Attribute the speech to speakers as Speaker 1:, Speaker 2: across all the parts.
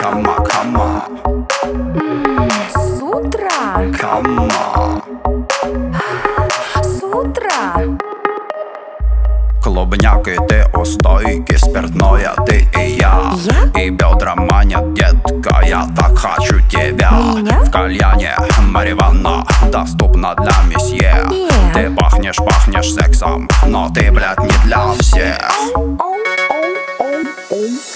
Speaker 1: Кама, кама,
Speaker 2: С утра,
Speaker 1: кама.
Speaker 2: с утра.
Speaker 1: Клубняк и ты у стойки спиртное, ты и я.
Speaker 2: Я?
Speaker 1: И бедра манят, детка, я так хочу тебя.
Speaker 2: Меня?
Speaker 1: В кальяне Мариванна доступна для месье.
Speaker 2: Е.
Speaker 1: Ты пахнешь, пахнешь сексом, но ты, блядь, не для всех.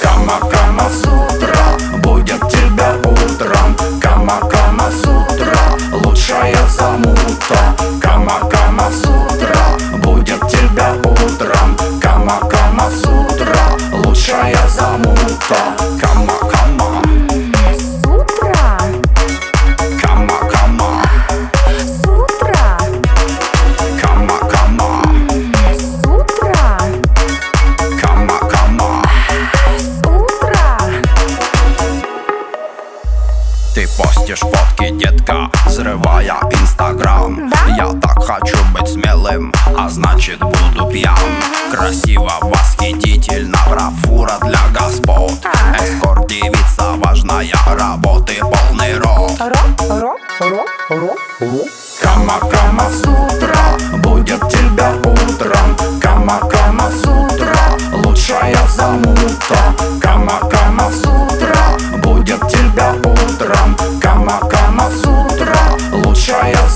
Speaker 1: Кама, кама с утра, будет тебя утром. Кама, кама с утра, лучшая замута. Кама, кама с утра, будет тебя утром. Кама, кама с утра, лучшая замута. Кама, кама,
Speaker 2: С утра,
Speaker 1: кама, кама,
Speaker 2: с утра,
Speaker 1: кама, кама,
Speaker 2: с утра,
Speaker 1: кама, кама.
Speaker 2: с утра.
Speaker 1: Ты постишь фотки, детка, взрывая инстаграм
Speaker 2: Да?
Speaker 1: Я так хочу быть смелым, а значит буду пьян Красиво, восхитительно, бравура для господ
Speaker 2: Так.
Speaker 1: Эскорт девица важная, работы полный рот
Speaker 2: Ро, ро, ро, ро.
Speaker 1: Кама, кама с утра, будет тебя утром Кама, кама с утра, лучшая замута Кама, кама с утра, будет тебя утром Кама, кама с утра, лучшая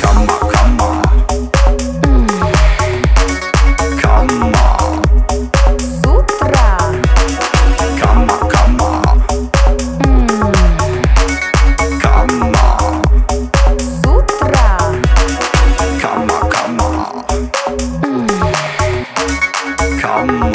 Speaker 1: Кама, кама Кама
Speaker 2: С утра,
Speaker 1: Кама, кама Кама,
Speaker 2: с утра,
Speaker 1: кама, кама Кама